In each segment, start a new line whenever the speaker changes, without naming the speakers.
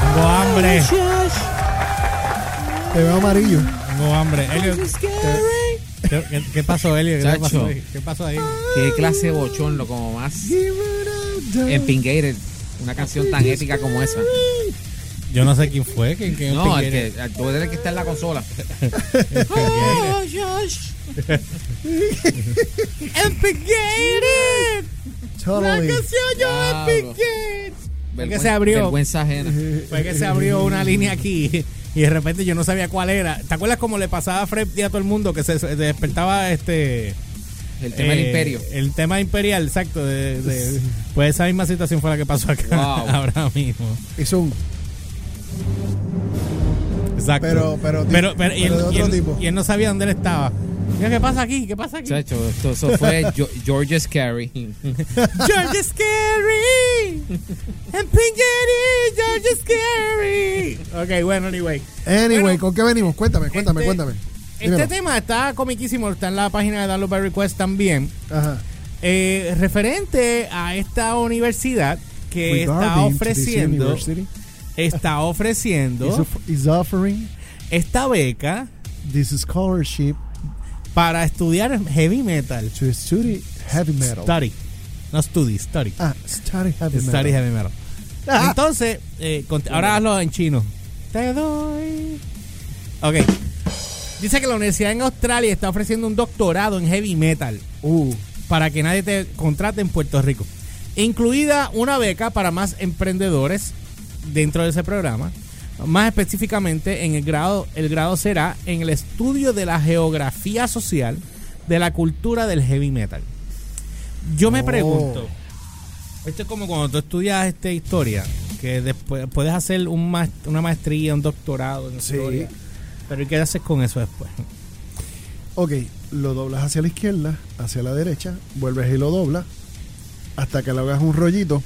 hambre.
Te veo amarillo.
Tengo hambre. Elio, ¿qué, qué- qué pasó, Elio? ¿Qué te pasó
Chacho.
ahí? ¿Qué pasó ahí?
Qué clase de bochorno, como más en Pingated. Una canción tan épica como esa.
Yo no sé quién fue. ¿Quién, quién
No,
quién
el que, el- tú eres el que está en la consola.
era.
Totally.
Diablo.
Fue que
Vergüen-
se abrió.
Vergüenza ajena.
Fue que se abrió una línea aquí y de repente yo no sabía cuál era. ¿Te acuerdas cómo le pasaba a Fred y a todo el mundo que se se despertaba este...
El tema del
eh,
imperio.
El tema imperial, exacto. de- de- pues esa misma situación fue la que pasó acá
Wow.
ahora mismo.
Hizo un.
Exacto.
Pero- pero-
pero, pero- y
pero
él,
de otro
y él-
tipo.
y él no sabía dónde él estaba. Mira, ¿qué pasa aquí? ¿Qué pasa aquí?
Chacho, esto, eso fue Jo- George Scary.
George Scary. And Pingetti, George Scary. Ok, bueno, anyway.
Anyway,
Bueno,
¿con qué venimos? Cuéntame, cuéntame,
Este-
cuéntame.
Este
Dímelo.
tema está comiquísimo, está en la página de Download by Request también.
Ajá.
Eh, referente a esta universidad que está
Regarding to this
ofreciendo,
university,
está
is
ofreciendo
of- is offering
esta beca
this scholarship
para estudiar heavy metal.
to study heavy metal.
Study. No study, study.
Ah, study heavy metal. Ah,
Study heavy metal. Entonces, eh, cont- ahora hazlo en chino. Te doy. Ok. Dice que la universidad en Australia está ofreciendo un doctorado en heavy metal
Uh,
para que nadie te contrate en Puerto Rico. Incluida una beca para más emprendedores dentro de ese programa. Más específicamente en el grado, el grado será en el estudio de la geografía social de la cultura del heavy metal. Yo me
Oh.
pregunto, esto es como cuando tú estudias este historia, que después puedes hacer un mas- una maestría, un doctorado en
Sí.
historia, pero ¿y qué haces con eso después?
ok, lo doblas hacia la izquierda, hacia la derecha, vuelves y lo doblas hasta que le hagas un rollito.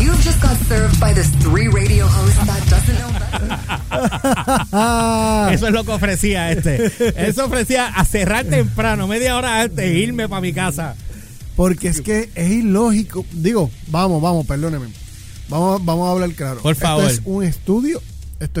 You've just got served by this three radio host that doesn't know better.
Ah,
Eso es lo que ofrecía este. Eso ofrecía a cerrar temprano, media hora antes e irme para mi casa.
porque es que es ilógico. Digo, vamos, vamos, perdóneme. Vamos, vamos a hablar claro.
Por favor.
Esto es un estudio. Esto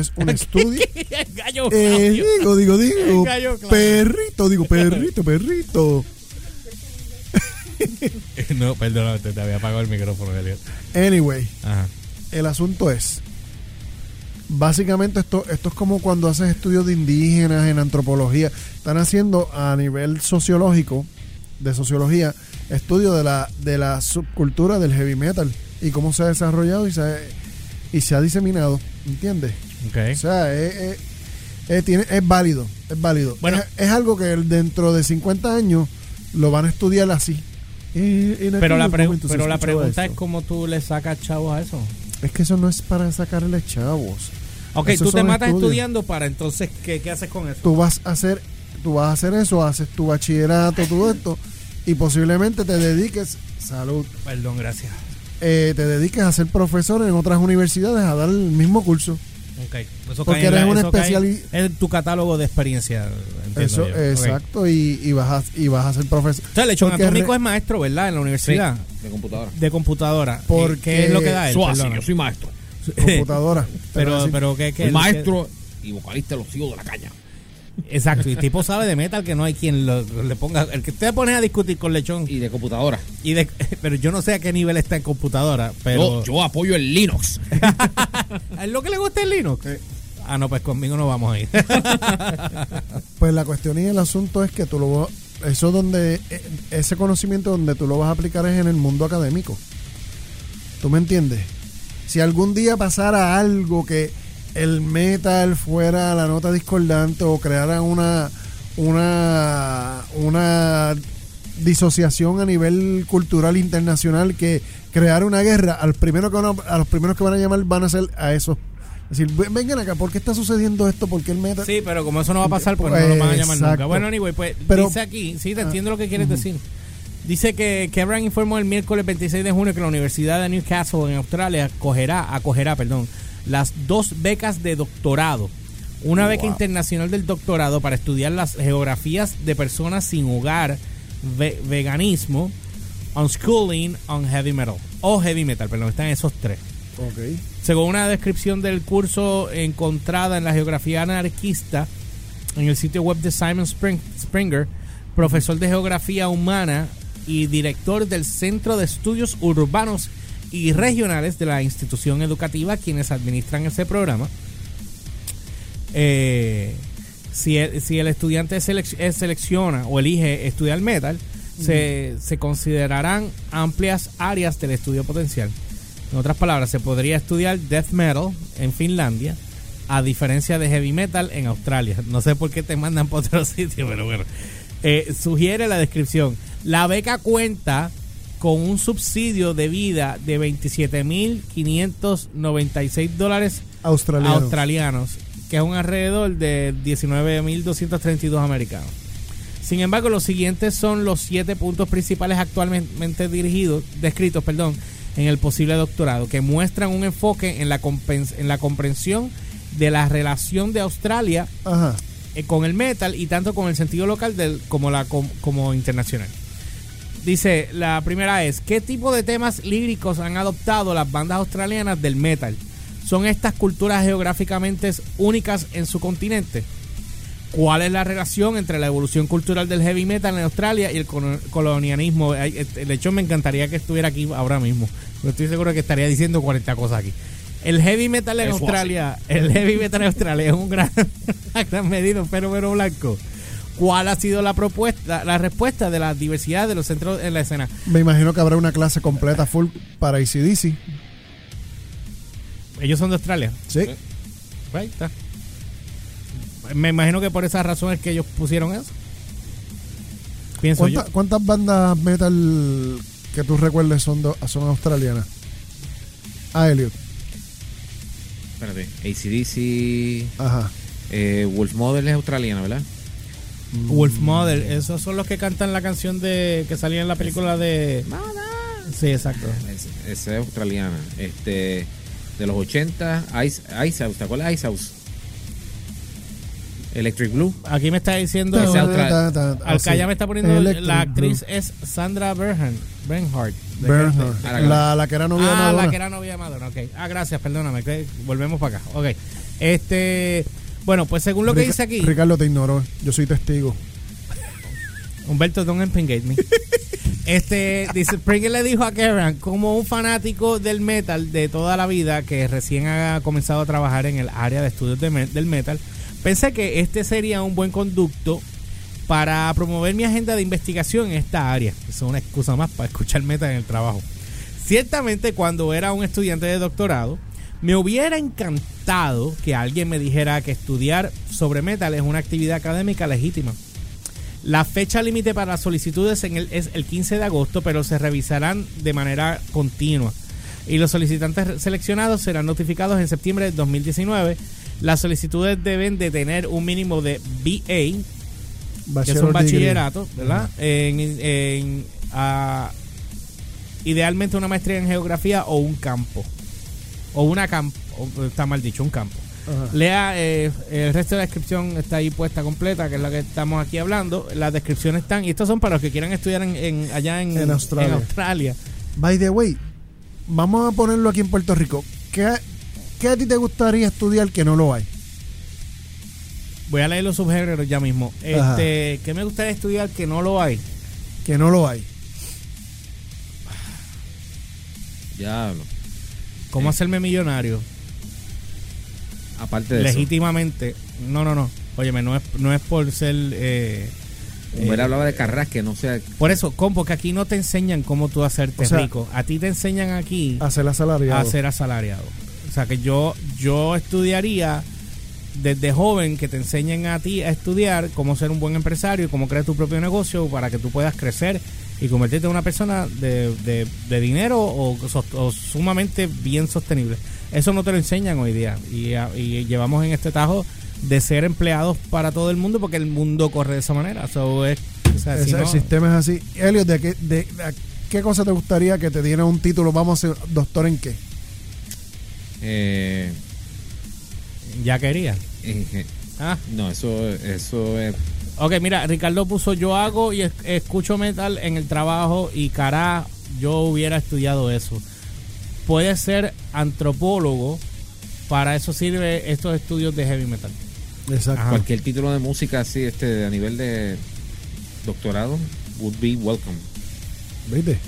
es un estudio.
El gallo
Eh,
Claudio.
digo, digo, digo.
Gallo Claudio.
Perrito, digo, perrito, perrito.
No, perdóname, te te había apagado el micrófono, Elliot.
Anyway,
Ajá.
el asunto es. Básicamente esto, esto es como cuando haces estudios de indígenas en antropología. Están haciendo a nivel sociológico, de sociología, estudio de la, de la subcultura del heavy metal y cómo se ha desarrollado y se ha, y se ha diseminado. ¿Entiendes? O
Ok.
sea, es, es- es- tiene, es válido, es válido.
Bueno.
es, es algo que dentro de 50 años lo van a estudiar así. Eh, en
Pero la,
aquellos
pregu-
momentos se
pero la
escuchaba
pregunta es
eso.
cómo tú le sacas chavos a eso.
Es que eso no es para sacarle chavos.
Ok,
Esos
tú te
son
matas
estudios.
estudiando para entonces, ¿qué, qué haces con eso?
Tú vas a hacer, tú vas a hacer eso, haces tu bachillerato, todo esto, y posiblemente te dediques, salud,
Perdón, gracias.
eh, te dediques a ser profesor en otras universidades a dar el mismo curso.
Ok. Eso
Porque
cae en
eres un
eso cae
especiali-
en tu catálogo de experiencia. entiendo
Eso,
yo. Ok.
exacto, y, y vas a, y vas a ser profesor.
O sea, el hecho
Porque
anatómico
re-
es maestro, ¿verdad? En la Ah, universidad.
De computadora.
De computadora.
Porque-
¿Qué es lo que da él?
Suazo,
Perdona.
yo soy maestro.
computadora. te voy a
eh. Pero,
decir.
pero que, que
El
el-
maestro y vocalista de los hijos de la caña.
que- exacto, y el tipo sabe de metal que no hay quien lo- le ponga. El que te pones a discutir con Lechón.
Y de computadora.
Y de- pero yo no sé a qué nivel está en computadora. Pero
Yo, yo apoyo el Linux.
es lo que le gusta el Linux. Ah, no, pues conmigo no vamos a ir.
Pues la cuestión y el asunto es que tú lo va- eso donde e- ese conocimiento donde tú lo vas a aplicar es en el mundo académico. ¿Tú me entiendes? Si algún día pasara algo que el metal fuera la nota discordante o creara una una una disociación a nivel cultural internacional que creara una guerra, al primero que van a, a los primeros que van a llamar van a ser a esos. Es decir, "Ven- vengan acá, ¿por qué está sucediendo esto? ¿Por qué el metal?
sí, pero como eso no va a pasar, pues no lo van a llamar
Exacto.
nunca. Bueno, anyway, pues
Pero- Ah.
dice aquí, sí, te entiendo lo que quieres decir. Dice que Kevran informó el miércoles 26 de junio que la Universidad de Newcastle en Australia acogerá, acogerá perdón, las dos becas de doctorado. Una beca internacional del doctorado para estudiar las geografías de personas sin hogar, ve- veganismo, unschooling on heavy metal. O heavy metal, perdón, están esos tres.
Ok.
Según una descripción del curso encontrada en la geografía anarquista en el sitio web de Simon Spring- Springer, profesor de geografía humana y director del Centro de Estudios Urbanos y Regionales de la institución educativa, quienes administran ese programa. Eh, si, el, si el estudiante selec- eh, selecciona o elige estudiar metal, se, se considerarán amplias áreas del estudio potencial. En otras palabras, se podría estudiar death metal en Finlandia, a diferencia de heavy metal en Australia. No sé por qué te mandan para otro sitio, pero bueno. Eh, sugiere la descripción. La beca cuenta con un subsidio de vida de 27.596 dólares
Australianos.
australianos, que es un alrededor de 19.232 americanos. Sin embargo, los siguientes son los siete puntos principales actualmente dirigidos, descritos, perdón, en el posible doctorado, que muestran un enfoque en la, compens- en la comprensión de la relación de Australia
Ajá.
eh, con el metal y tanto con el sentido local del, como, la, com- como internacional. Dice, la primera es, ¿qué tipo de temas líricos han adoptado las bandas australianas del metal? ¿Son estas culturas geográficamente únicas en su continente? ¿Cuál es la relación entre la evolución cultural del heavy metal en Australia y el colo- colonialismo? Ay, este, De hecho, me encantaría que estuviera aquí ahora mismo. Pero estoy seguro que estaría diciendo 40 cosas aquí. El heavy metal en
Eso hace.
Australia, el heavy metal en Australia es un gran, una gran medida, un fenómeno blanco. ¿Cuál ha sido la propuesta, la respuesta de la diversidad de los centros en la escena?
Me imagino que habrá una clase completa full para ACDC.
Ellos son de Australia. Pues
Sí.
Ahí está. Me imagino que por esa razón es que ellos pusieron eso. Pienso
¿Cuánta-
yo.
¿Cuántas bandas metal que tú recuerdes son, do- son australianas? Ah, Elliot.
Espérate. ACDC.
Ajá.
Eh, Wolf Model es australiana, ¿verdad?
Wolf Mother, esos son los que cantan la canción de que salía en la película de. Sí, exacto.
Es- Esa es australiana. Este. De los 80, Ice, Ice House. ¿Te acuerdas de Ice House? Electric Blue.
Aquí me está diciendo.
Ese auto- Australia.
Ta- ta- ta-
Alcaya
sí.
me está poniendo.
Electric
la actriz
Blue.
es Sandra Bernhard. Bernhard. ¿De
Bernhard.
qué?
Ah, la-
La, la que era novia de
Ah, la
Madonna.
que era novia de Madonna, ok. Ah, gracias, perdóname. que Volvemos para acá. Ok. Este. Bueno, pues según lo que
Rica-
dice aquí.
Ricardo te ignoró. Yo soy testigo.
Humberto, don't empingate me. Este, dice, Springer le dijo a Kevin, como un fanático del metal de toda la vida que recién ha comenzado a trabajar en el área de estudios de me- del metal, pensé que este sería un buen conducto para promover mi agenda de investigación en esta área. Eso es una excusa más para escuchar metal en el trabajo. Ciertamente, cuando era un estudiante de doctorado, me hubiera encantado que alguien me dijera que estudiar sobre metal es una actividad académica legítima. La fecha límite para las solicitudes en el- es el 15 de agosto, pero se revisarán de manera continua. Y los solicitantes seleccionados serán notificados en septiembre de 2019. Las solicitudes deben de tener un mínimo de BA, que es un
Bachelor degree.
bachillerato, ¿verdad? En, en, ah, idealmente una maestría en geografía o un campo. O una campo, está mal dicho, un campo.
Ajá.
Lea, eh, el resto de la descripción está ahí puesta completa, que es la que estamos aquí hablando. Las descripciones están, y estos son para los que quieran estudiar en, en- allá en,
En Australia.
Australia.
By the way, vamos a ponerlo aquí en Puerto Rico. ¿Qué, qué a ti te gustaría estudiar que no lo hay?
Voy a leer los subgéneros ya mismo.
Ajá.
Este, ¿Qué me gustaría estudiar que no lo hay?
Que no lo hay.
Diablo.
Eh.
¿Cómo hacerme millonario?
Aparte de
legítimamente. No, no, no. Óyeme, no es, no es por ser. eh,
eso. Humber
eh,
hablaba de Carrasque, no sé.
por eso, con, porque aquí no te enseñan cómo tú hacerte
O sea,
rico. A ti te enseñan aquí
Hacer la salaria.
a ser asalariado. O sea que yo, yo estudiaría desde joven que te enseñen a ti a estudiar cómo ser un buen empresario y cómo crear tu propio negocio para que tú puedas crecer y convertirte en una persona de, de- de dinero o, sos- o sumamente bien sostenible. Eso no te lo enseñan hoy día y, a- y llevamos en este tajo de ser empleados para todo el mundo porque el mundo corre de esa manera. So, es- o sea, si no-
el sistema es así. Elliot, ¿de qué, de, de- a qué cosa te gustaría que te diera un título? Vamos a ser doctor en qué.
Eh,
ya quería.
eh,
Ah.
no, eso, eso es.
Ok, mira, Ricardo puso yo hago y es- escucho metal en el trabajo y cara, yo hubiera estudiado eso. puedes ser antropólogo. Para eso sirve estos estudios de heavy metal.
Exacto.
Ajá.
Cualquier título de música así, este, a nivel de doctorado, would be welcome.
¿Viste?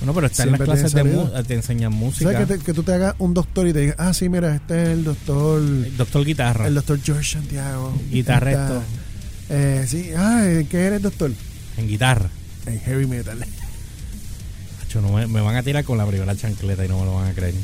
Bueno, pero está en las
Siempre tiene
clases de
salida.
música, te enseñan
O sea,
música.
que, te- que tú te hagas un doctor y te digas, ah, sí, mira, este es el doctor,
El Doctor Guitarra.
el doctor George Santiago.
Guitarresto.
Está- eh, sí, ah, ¿en ¿qué eres doctor?
En guitarra.
En heavy metal.
Acho, no me, me van a tirar con la primera chancleta y no me lo van a creer.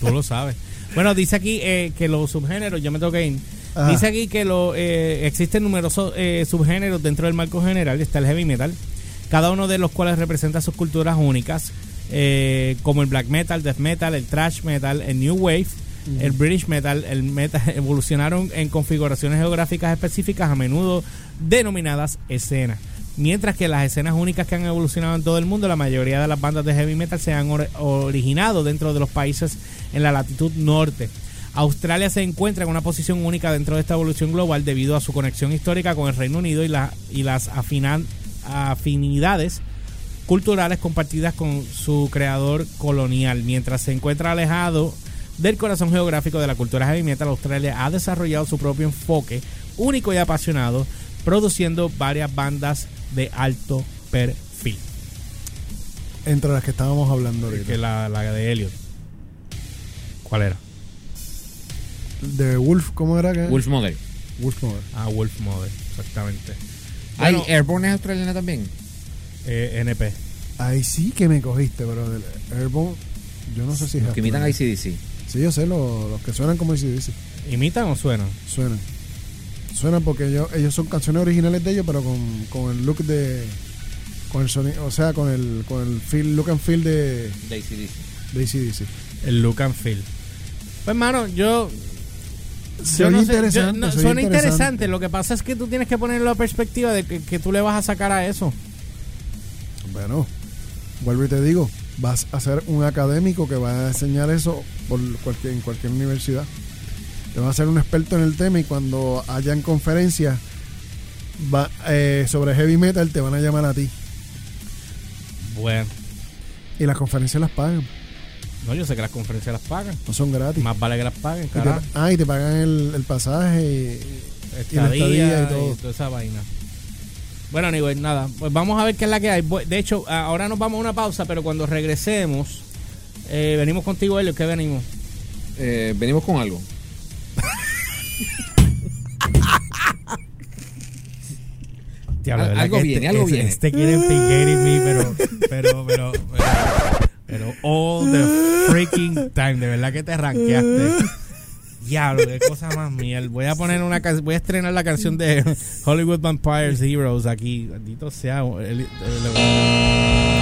Tú lo sabes. Bueno, dice aquí eh, que los subgéneros, yo me tengo que ir.
Ajá.
Dice aquí que lo, eh, existen numerosos eh, subgéneros dentro del marco general, está el heavy metal, cada uno de los cuales representa sus culturas únicas, eh, como el black metal, death metal, el thrash metal, el new wave, el british metal, el metal, evolucionaron en configuraciones geográficas específicas, a menudo denominadas escenas. Mientras que las escenas únicas que han evolucionado en todo el mundo, la mayoría de las bandas de heavy metal se han or- originado dentro de los países en la latitud norte. Australia se encuentra en una posición única dentro de esta evolución global debido a su conexión histórica con el Reino Unido y, la- y las afinan- afinidades culturales compartidas con su creador colonial. Mientras se encuentra alejado del corazón geográfico de la cultura heavy metal, Australia ha desarrollado su propio enfoque único y apasionado, produciendo varias bandas de alto perfil,
Entre las que estábamos hablando ahorita.
que es la, la de Elliot. ¿Cuál era?
De Wolf, ¿cómo era? que?
Wolf Mother.
Wolf Mother.
Ah, Wolf Mother, exactamente.
Ay,
Bueno,
Airborne es australiana también.
eh, NP.
Ahí sí que me cogiste, bro. Del Airborne, yo no sé si es
Los que imitan a
Australia.
ICDC.
Sí, yo sé, lo- los que suenan como dice
¿Imitan o suenan?
Suenan. Suenan porque ellos, ellos son canciones originales de ellos, pero con, con el look de. Con el sonido, o sea, con el, con el feel, look and feel de,
De ACDC.
de ACDC.
El look and feel. Pues, hermano, yo.
Se
yo
oye
no sé, yo-
interesante,
no,
se oye
suena interesante.
interesante.
Lo que pasa es que tú tienes que ponerlo a perspectiva de que, que tú le vas a sacar a eso.
Bueno, vuelvo y te digo, vas a ser un académico que va a enseñar eso por cualquier, en cualquier universidad. Te vas a ser un experto en el tema y cuando hayan conferencias va- eh, sobre heavy metal te van a llamar a ti.
Bueno,
Y las conferencias las pagan,
no, yo sé que las conferencias las pagan.
no son gratis.
Más vale que las paguen,
Y te,
carajo.
ah, y te pagan el, el pasaje y, y la estadía y todo.
toda esa vaina. Bueno, anyway, nada. Pues vamos a ver qué es la que hay. Bu- De hecho, a- ahora nos vamos a una pausa, pero cuando regresemos, eh, venimos contigo, Elio. ¿Qué venimos?
Eh, venimos con algo.
Diablo,
Al-
¿verdad
algo
que
viene, algo
ese-
viene.
Este quiere pingar en mí, pero, pero, pero, pero, pero, all the freaking time. De verdad que te ranqueaste. Diablo, qué cosa más miel. Voy a poner una can- voy a estrenar la canción de Hollywood Vampires Heroes aquí. Bendito sea. el- el- el-